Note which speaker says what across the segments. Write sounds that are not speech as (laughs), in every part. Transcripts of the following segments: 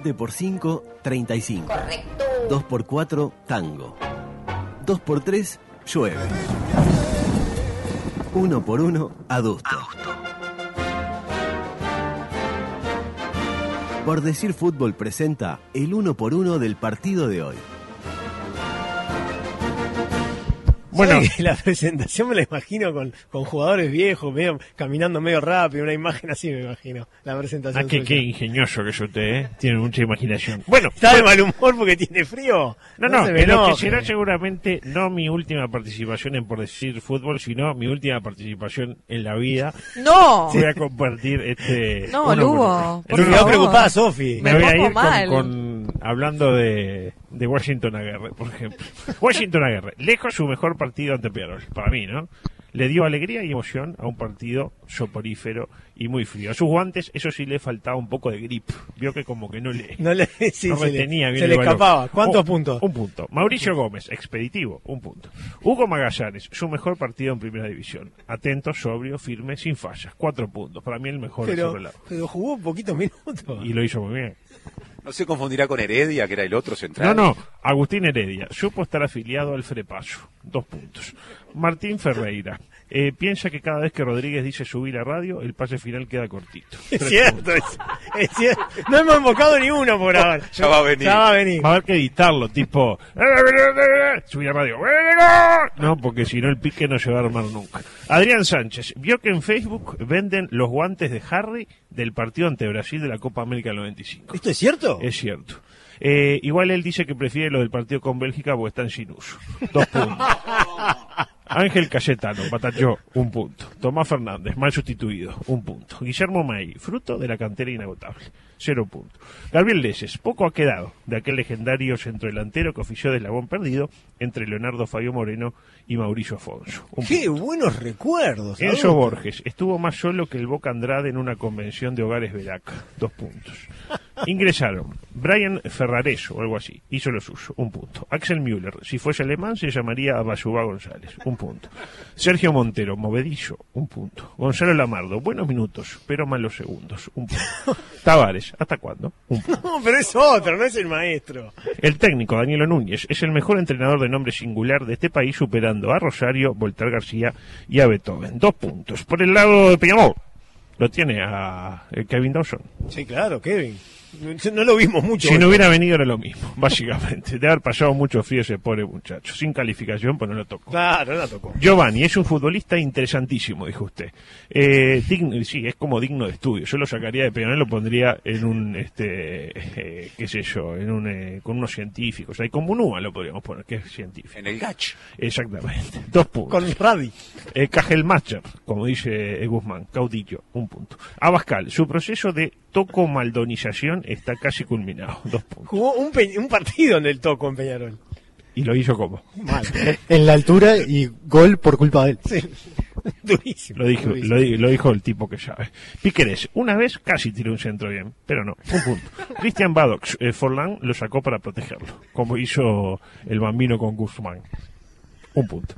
Speaker 1: 7x5, 35.
Speaker 2: Correcto.
Speaker 1: 2x4, tango. 2x3, llueve. 1x1, adusto. Por decir fútbol presenta el 1x1 del partido de hoy.
Speaker 3: Bueno,
Speaker 4: Sí, la presentación me la imagino con, con jugadores viejos, medio, caminando medio rápido, una imagen así me imagino. La presentación.
Speaker 3: ah, qué,
Speaker 4: suya.
Speaker 3: qué ingenioso que es usted, ¿eh? Tiene mucha imaginación.
Speaker 4: Bueno, está de mal humor porque tiene frío.
Speaker 3: No, no,
Speaker 4: se me
Speaker 3: de lo que
Speaker 4: enoje.
Speaker 3: será seguramente no mi última participación en Por Decir Fútbol, sino mi última participación en la vida.
Speaker 5: No,
Speaker 3: Voy a compartir este...
Speaker 5: No,
Speaker 3: uno por
Speaker 5: Lugo,
Speaker 3: uno.
Speaker 5: por
Speaker 3: El
Speaker 4: Quedó
Speaker 3: uno
Speaker 5: favor.
Speaker 3: por uno.
Speaker 4: preocupada Sofi.
Speaker 3: Me,
Speaker 5: Me
Speaker 3: voy a
Speaker 5: pongo
Speaker 3: ir con,
Speaker 5: mal.
Speaker 3: con- hablando de, de Washington Aguerre, por ejemplo. Washington Aguerre, lejos su mejor partido ante Peñarol, para mí, ¿no? Le dio alegría y emoción a un partido soporífero y muy frío. A sus guantes, eso sí le faltaba un poco de grip. Vio que como que no le...
Speaker 4: No le, (laughs) sí,
Speaker 3: no
Speaker 4: se le,
Speaker 3: retenía bien
Speaker 4: se
Speaker 3: el
Speaker 4: le
Speaker 3: balón.
Speaker 4: escapaba. ¿Cuántos
Speaker 3: Un-
Speaker 4: puntos?
Speaker 3: Oh, Un punto. Mauricio Gómez, expeditivo, un punto. Hugo Magallanes, su mejor partido en primera división. Atento, sobrio, firme, sin fallas. Cuatro puntos. Para mí el mejor de
Speaker 4: pero,
Speaker 3: su relato.
Speaker 4: pero jugó poquitos minutos.
Speaker 3: Y lo hizo muy bien.
Speaker 6: No se confundirá con Heredia, que era el otro
Speaker 3: No,
Speaker 6: central.
Speaker 3: no, Agustín Heredia, supo estar afiliado al Frepaso, dos puntos. Martín Ferreira, eh, piensa que cada vez que Rodríguez dice subir la radio, el pase final queda cortito.
Speaker 4: (laughs) Es cierto, es, es cierto. No hemos embocado ni uno por ahora.
Speaker 6: ya va a venir.
Speaker 4: Ya va a venir.
Speaker 3: Oh, Va a haber que editarlo, tipo, "Eh, subir la radio, "Eh, no, porque si no el pique no se va a armar nunca. Adrián Sánchez, vio que en Facebook venden los guantes de Harry del partido ante Brasil de la Copa América del 95.
Speaker 4: ¿Esto es cierto?
Speaker 3: Es cierto. Eh, igual él dice que prefiere lo del partido con Bélgica porque están sin uso. Dos puntos. Ángel Cayetano, Batalló, un punto. Tomás Fernández, mal sustituido, un punto. Guillermo May, fruto de la cantera inagotable, cero puntos. Gabriel Leses, poco ha quedado de aquel legendario centrodelantero que ofició de eslabón perdido entre Leonardo Fabio Moreno y Mauricio Afonso. Un
Speaker 4: Qué buenos recuerdos.
Speaker 3: Enzo
Speaker 4: adulto.
Speaker 3: Borges estuvo más solo que el Boca Andrade en una convención de hogares Veraca. Dos puntos. Ingresaron Brian Ferrareso o algo así. Hizo lo suyo. Un punto. Axel Müller. Si fuese alemán se llamaría Abasuba González. Un punto. Sergio Montero. Movedizo. Un punto. Gonzalo Lamardo. Buenos minutos, pero malos segundos. Un punto. Tavares. ¿Hasta cuándo? Un punto.
Speaker 4: No, pero es otro, no es el maestro.
Speaker 3: El técnico Danilo Núñez es el mejor entrenador de nombre singular de este país, superando a Rosario, Voltar García y a Beethoven. Dos puntos. Por el lado de Peñamol, lo tiene a eh, Kevin Dawson.
Speaker 4: Sí, claro, Kevin. No, no lo vimos mucho.
Speaker 3: Si no hubiera venido era lo mismo, (laughs) básicamente. De haber pasado mucho frío ese pobre muchacho. Sin calificación, pues no lo tocó.
Speaker 4: Claro, no la tocó.
Speaker 3: Giovanni es un futbolista interesantísimo, dijo usted. Eh, digno- sí, es como digno de estudio. Yo lo sacaría de Peñarol, lo pondría en un, este, eh, qué sé yo, en un, eh, con unos científicos. Ahí como un UBA lo podríamos poner, que es científico.
Speaker 6: En el Gach.
Speaker 3: Exactamente. (laughs) Dos puntos.
Speaker 4: Con Radi.
Speaker 3: Eh, Cajelmacher, como dice eh, Guzmán, caudillo, un punto. Abascal, su proceso de tocomaldonización está casi culminado, dos puntos.
Speaker 4: Jugó un, pe- un partido en el toco en Peñarol.
Speaker 3: Y lo hizo como.
Speaker 4: Mal.
Speaker 7: (laughs) En la altura y gol por culpa de él.
Speaker 4: Sí. Durísimo.
Speaker 3: Lo dijo,
Speaker 4: durísimo.
Speaker 3: lo, di- lo dijo el tipo que sabe. Piqueres, una vez casi tiró un centro bien, pero no, un punto. Christian Badox, eh, Forlán lo sacó para protegerlo, como hizo el bambino con Guzmán. Un punto.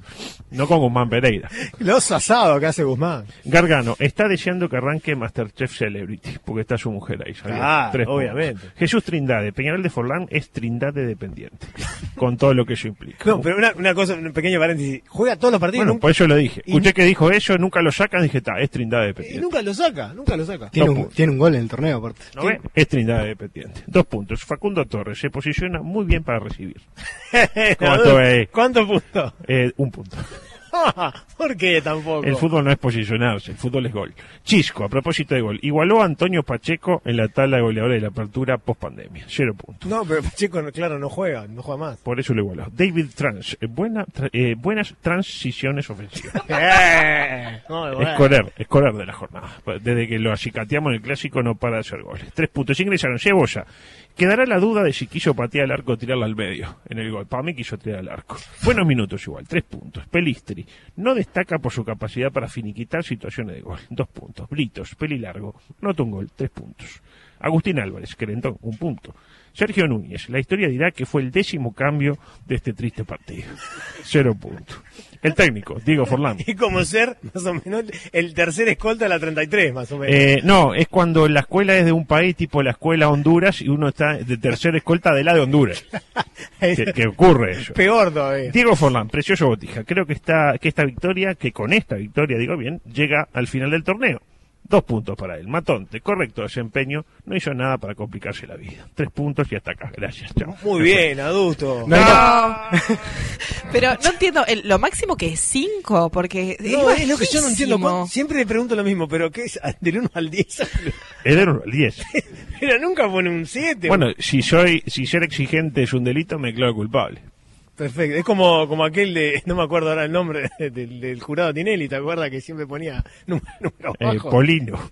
Speaker 3: No con Guzmán Pereira.
Speaker 4: Los asados que hace Guzmán.
Speaker 3: Gargano, está deseando que arranque Masterchef Celebrity, porque está su mujer ahí. ¿sabía?
Speaker 4: Ah,
Speaker 3: Tres puntos.
Speaker 4: obviamente.
Speaker 3: Jesús Trindade, Peñarol de Forlán es Trindade dependiente, (laughs) con todo lo que eso implica.
Speaker 4: No, pero una, una cosa, un pequeño paréntisis. Juega todos los partidos
Speaker 3: bueno,
Speaker 4: nunca-
Speaker 3: por eso lo dije.
Speaker 4: y
Speaker 3: Escuché
Speaker 4: nu-
Speaker 3: que dijo eso, nunca lo sacan, dije, está, es Trindade
Speaker 4: y
Speaker 3: dependiente.
Speaker 4: nunca lo saca, nunca lo saca.
Speaker 7: pues, Tiene
Speaker 3: Dos
Speaker 7: un,
Speaker 3: puntos.
Speaker 7: tiene un gol en el torneo aparte.
Speaker 3: ¿No ve? Es Trindade dependiente. Dos puntos. Facundo Torres se posiciona muy bien para recibir.
Speaker 4: (laughs)
Speaker 3: ¿Cuánto es?
Speaker 4: ¿Cuántos puntos? (laughs)
Speaker 3: Eh, un punto.
Speaker 4: ¿Por qué tampoco?
Speaker 3: El fútbol no es posicionarse, el fútbol es gol. Chisco, a propósito de gol, igualó a Antonio Pacheco en la tabla de goleadores de la apertura post pandemia. Cero puntos.
Speaker 4: No, pero Pacheco, no- claro, no juega, no juega más.
Speaker 3: Por eso lo igualó. David Trans, eh, buena, tra- eh, buenas transiciones ofensivas.
Speaker 4: Muy bueno.
Speaker 3: Escolar, escolar de la jornada. Pues, Desde que lo acicateamos en el clásico no para de hacer goles. Tres puntos. Ingresaron Cebolla. Quedará la duda de si quiso patear al arco o tirarla al medio en el gol. Para mí quiso tirar al arco. Buenos minutos igual. Tres puntos. Pelistri. No destaca por su capacidad para finiquitar situaciones de gol. Dos puntos. Britos. Peli largo. Nota un gol. Tres puntos. Agustín Álvarez, Querentón, un punto. Sergio Núñez, la historia dirá que fue el décimo cambio de este triste partido. Cero puntos. El técnico, Diego Forlán.
Speaker 4: (laughs) Es como ser, más o menos, el tercer escolta de la 33, más o menos.
Speaker 3: Eh, no, es cuando la escuela es de un país tipo la escuela Honduras y uno está de tercera escolta de la de
Speaker 4: (laughs)
Speaker 3: Honduras. Que, que ocurre eso.
Speaker 4: Eh, Peor todavía.
Speaker 3: Diego Forlán, precioso botija. Creo que esta, que esta victoria, que con esta victoria, digo bien, llega al final del torneo. Dos puntos para él. Matón, de correcto desempeño, no hizo nada para complicarse la vida. Tres puntos y hasta acá. Gracias. Chao.
Speaker 4: Muy bien, adulto.
Speaker 7: No hay nada.
Speaker 2: (laughs) Pero no entiendo, el- lo máximo que es 5, porque
Speaker 4: No, es lo que yo no entiendo.
Speaker 2: bajísimo.
Speaker 4: ¿cuán- Siempre le pregunto lo mismo, pero ¿qué es? Del 1 al 10.
Speaker 3: Es del uno al diez.
Speaker 4: (laughs) pero nunca pone un 7.
Speaker 3: Bueno, si soy, si ser exigente es un delito, me declaro culpable.
Speaker 4: Perfecto. Es como, como aquel de, no me acuerdo ahora el nombre, (laughs) del, del jurado Tinelli, ¿te acuerdas? Que siempre ponía nú- (laughs) números
Speaker 3: Eh,
Speaker 4: bajos.
Speaker 3: Polino.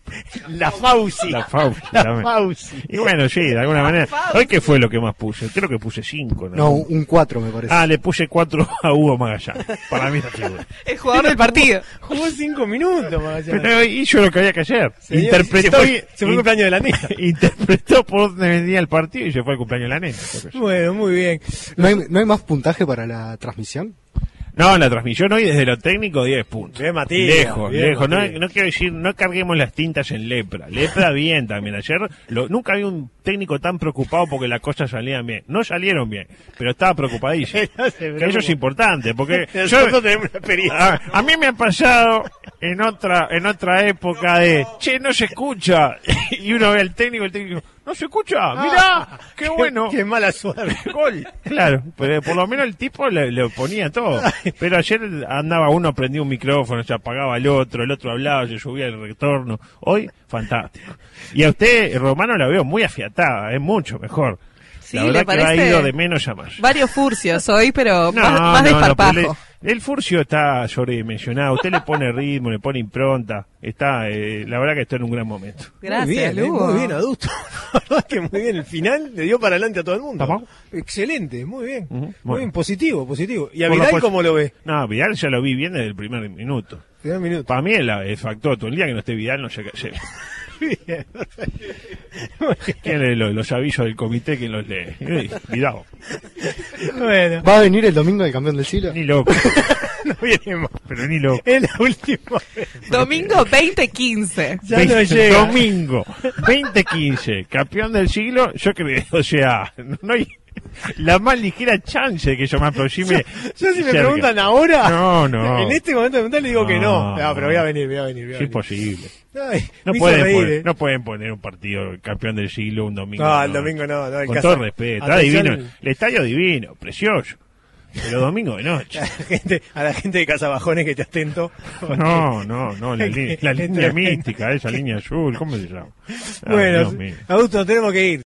Speaker 4: la Fauci.
Speaker 3: La Fauci,
Speaker 4: (laughs) La
Speaker 3: dame.
Speaker 4: Fauci.
Speaker 3: Y bueno, sí, de alguna manera.
Speaker 2: Fauci.
Speaker 3: ¿Hoy qué fue lo que más puse? Creo que puse cinco, ¿no?
Speaker 7: No, un 4 me parece.
Speaker 3: Ah, le puse cuatro a Hugo Magallanes. Para mí es la
Speaker 4: (laughs)
Speaker 3: figura.
Speaker 2: El jugador del partido.
Speaker 4: Jugó 5 minutos, Magallanes.
Speaker 3: Pero hizo lo que había que hacer.
Speaker 4: Señor,
Speaker 3: Interpretó,
Speaker 4: Se fue, se fue el
Speaker 3: in-
Speaker 4: cumpleaños de la nena.
Speaker 3: (laughs) interpretó por dónde venía el partido y se fue al cumpleaños de la nena. creo que
Speaker 4: (laughs)
Speaker 3: yo.
Speaker 4: Bueno, muy bien.
Speaker 7: ¿No, hay, ¿No hay más puntaje para la transmisión?
Speaker 3: No, en la transmisión hoy desde lo técnico 10 puntos.
Speaker 4: Bien, Matías,
Speaker 3: lejos,
Speaker 4: bien,
Speaker 3: lejos. No,
Speaker 4: Matías.
Speaker 3: no quiero decir, no carguemos las tintas en
Speaker 4: (laughs)
Speaker 3: lepra. Lepra bien también. Ayer lo- nunca había un técnico tan preocupado porque las cosas salían bien. No salieron bien, pero estaba
Speaker 4: (laughs)
Speaker 3: preocupadísimo.
Speaker 4: No se
Speaker 3: que eso
Speaker 4: preocupa.
Speaker 3: es
Speaker 4: (laughs)
Speaker 3: importante, porque
Speaker 4: Nosotros
Speaker 3: yo-
Speaker 4: tenemos una experiencia.
Speaker 3: A, a mí me ha pasado en otra en otra época de, che, no se escucha. (laughs) Y uno ve al técnico, el técnico, no se escucha, mirá, qué bueno.
Speaker 4: Ah, Qué mala suerte.
Speaker 3: Gol. Claro, pero por lo menos el tipo le, le ponía todo. Pero ayer andaba uno, prendía un micrófono, se apagaba el otro, el otro hablaba, se subía el retorno. Hoy, fantástico. Y a usted, Romano, la veo muy afiatada, es mucho mejor.
Speaker 2: Sí,
Speaker 3: la verdad
Speaker 2: le
Speaker 3: que ha
Speaker 2: parece-
Speaker 3: ido de menos a más.
Speaker 2: (laughs) Varios furcios hoy, pero más, más
Speaker 3: pero
Speaker 2: desparpajo.
Speaker 3: le- el furcio está sobredimensionado. Usted le pone ritmo, le pone impronta. Está, eh, la verdad que está en un gran momento.
Speaker 2: Gracias,
Speaker 4: muy bien, eh,
Speaker 2: Lugo.
Speaker 4: Muy bien, adulto. (laughs) La verdad que muy bien. El final le dio para adelante a todo el mundo.
Speaker 3: ¿Tapado?
Speaker 4: Excelente, muy bien.
Speaker 3: Ujú,
Speaker 4: Muy
Speaker 3: bueno.
Speaker 4: bien, positivo, positivo. ¿Y a
Speaker 3: Por lo
Speaker 4: Vidal
Speaker 3: cual-
Speaker 4: cómo lo ve?
Speaker 3: No, Vidal ya lo vi bien desde el primer minuto.
Speaker 4: Primer minuto.
Speaker 3: Para mí es la- el factor. El día que no esté Vidal no se cae.
Speaker 4: (laughs) Bien, perfecto. Muy
Speaker 3: ¿Quién lee lo- los, avisos del comité? ¿Quién los lee? Ey, Cuidado.
Speaker 4: bien. Bueno,
Speaker 7: ¿Va a venir el domingo el campeón del siglo?
Speaker 4: (laughs)
Speaker 3: Ni loco.
Speaker 4: no viene más.
Speaker 3: Pero ni loco.
Speaker 4: Es la última vez.
Speaker 2: Domingo 2015.
Speaker 4: Ya no llega.
Speaker 3: Domingo, 2015, campeón del siglo. Yo creo, o sea, no hay la más ligera chance de que yo me aproxime.
Speaker 4: Yo si me
Speaker 3: cerca.
Speaker 4: preguntan ahora,
Speaker 3: No, no.
Speaker 4: en este momento de preguntar le digo que no.
Speaker 3: No.
Speaker 4: No, pero voy a venir, voy a venir. Voy a
Speaker 3: Es
Speaker 4: venir.
Speaker 3: imposible.
Speaker 4: Ay,
Speaker 3: No
Speaker 4: me hizo
Speaker 3: pueden,
Speaker 4: reír,
Speaker 3: poner,
Speaker 4: eh.
Speaker 3: no pueden poner un partido campeón del siglo un domingo.
Speaker 4: No, el domingo no, no, el
Speaker 3: Con
Speaker 4: caso-
Speaker 3: todo respeto. Está
Speaker 4: Atención.
Speaker 3: divino. El estadio divino, precioso. Pero domingo de
Speaker 4: (laughs)
Speaker 3: noche.
Speaker 4: A la gente, a la gente de Casabajones que te atento.
Speaker 3: No, no, no. La, li- la línea
Speaker 4: Entre- (laughs)
Speaker 3: mística, esa línea azul, ¿cómo se llama? Ay,
Speaker 4: Bueno,
Speaker 3: Dios mío.
Speaker 4: Augusto, nos tenemos que ir.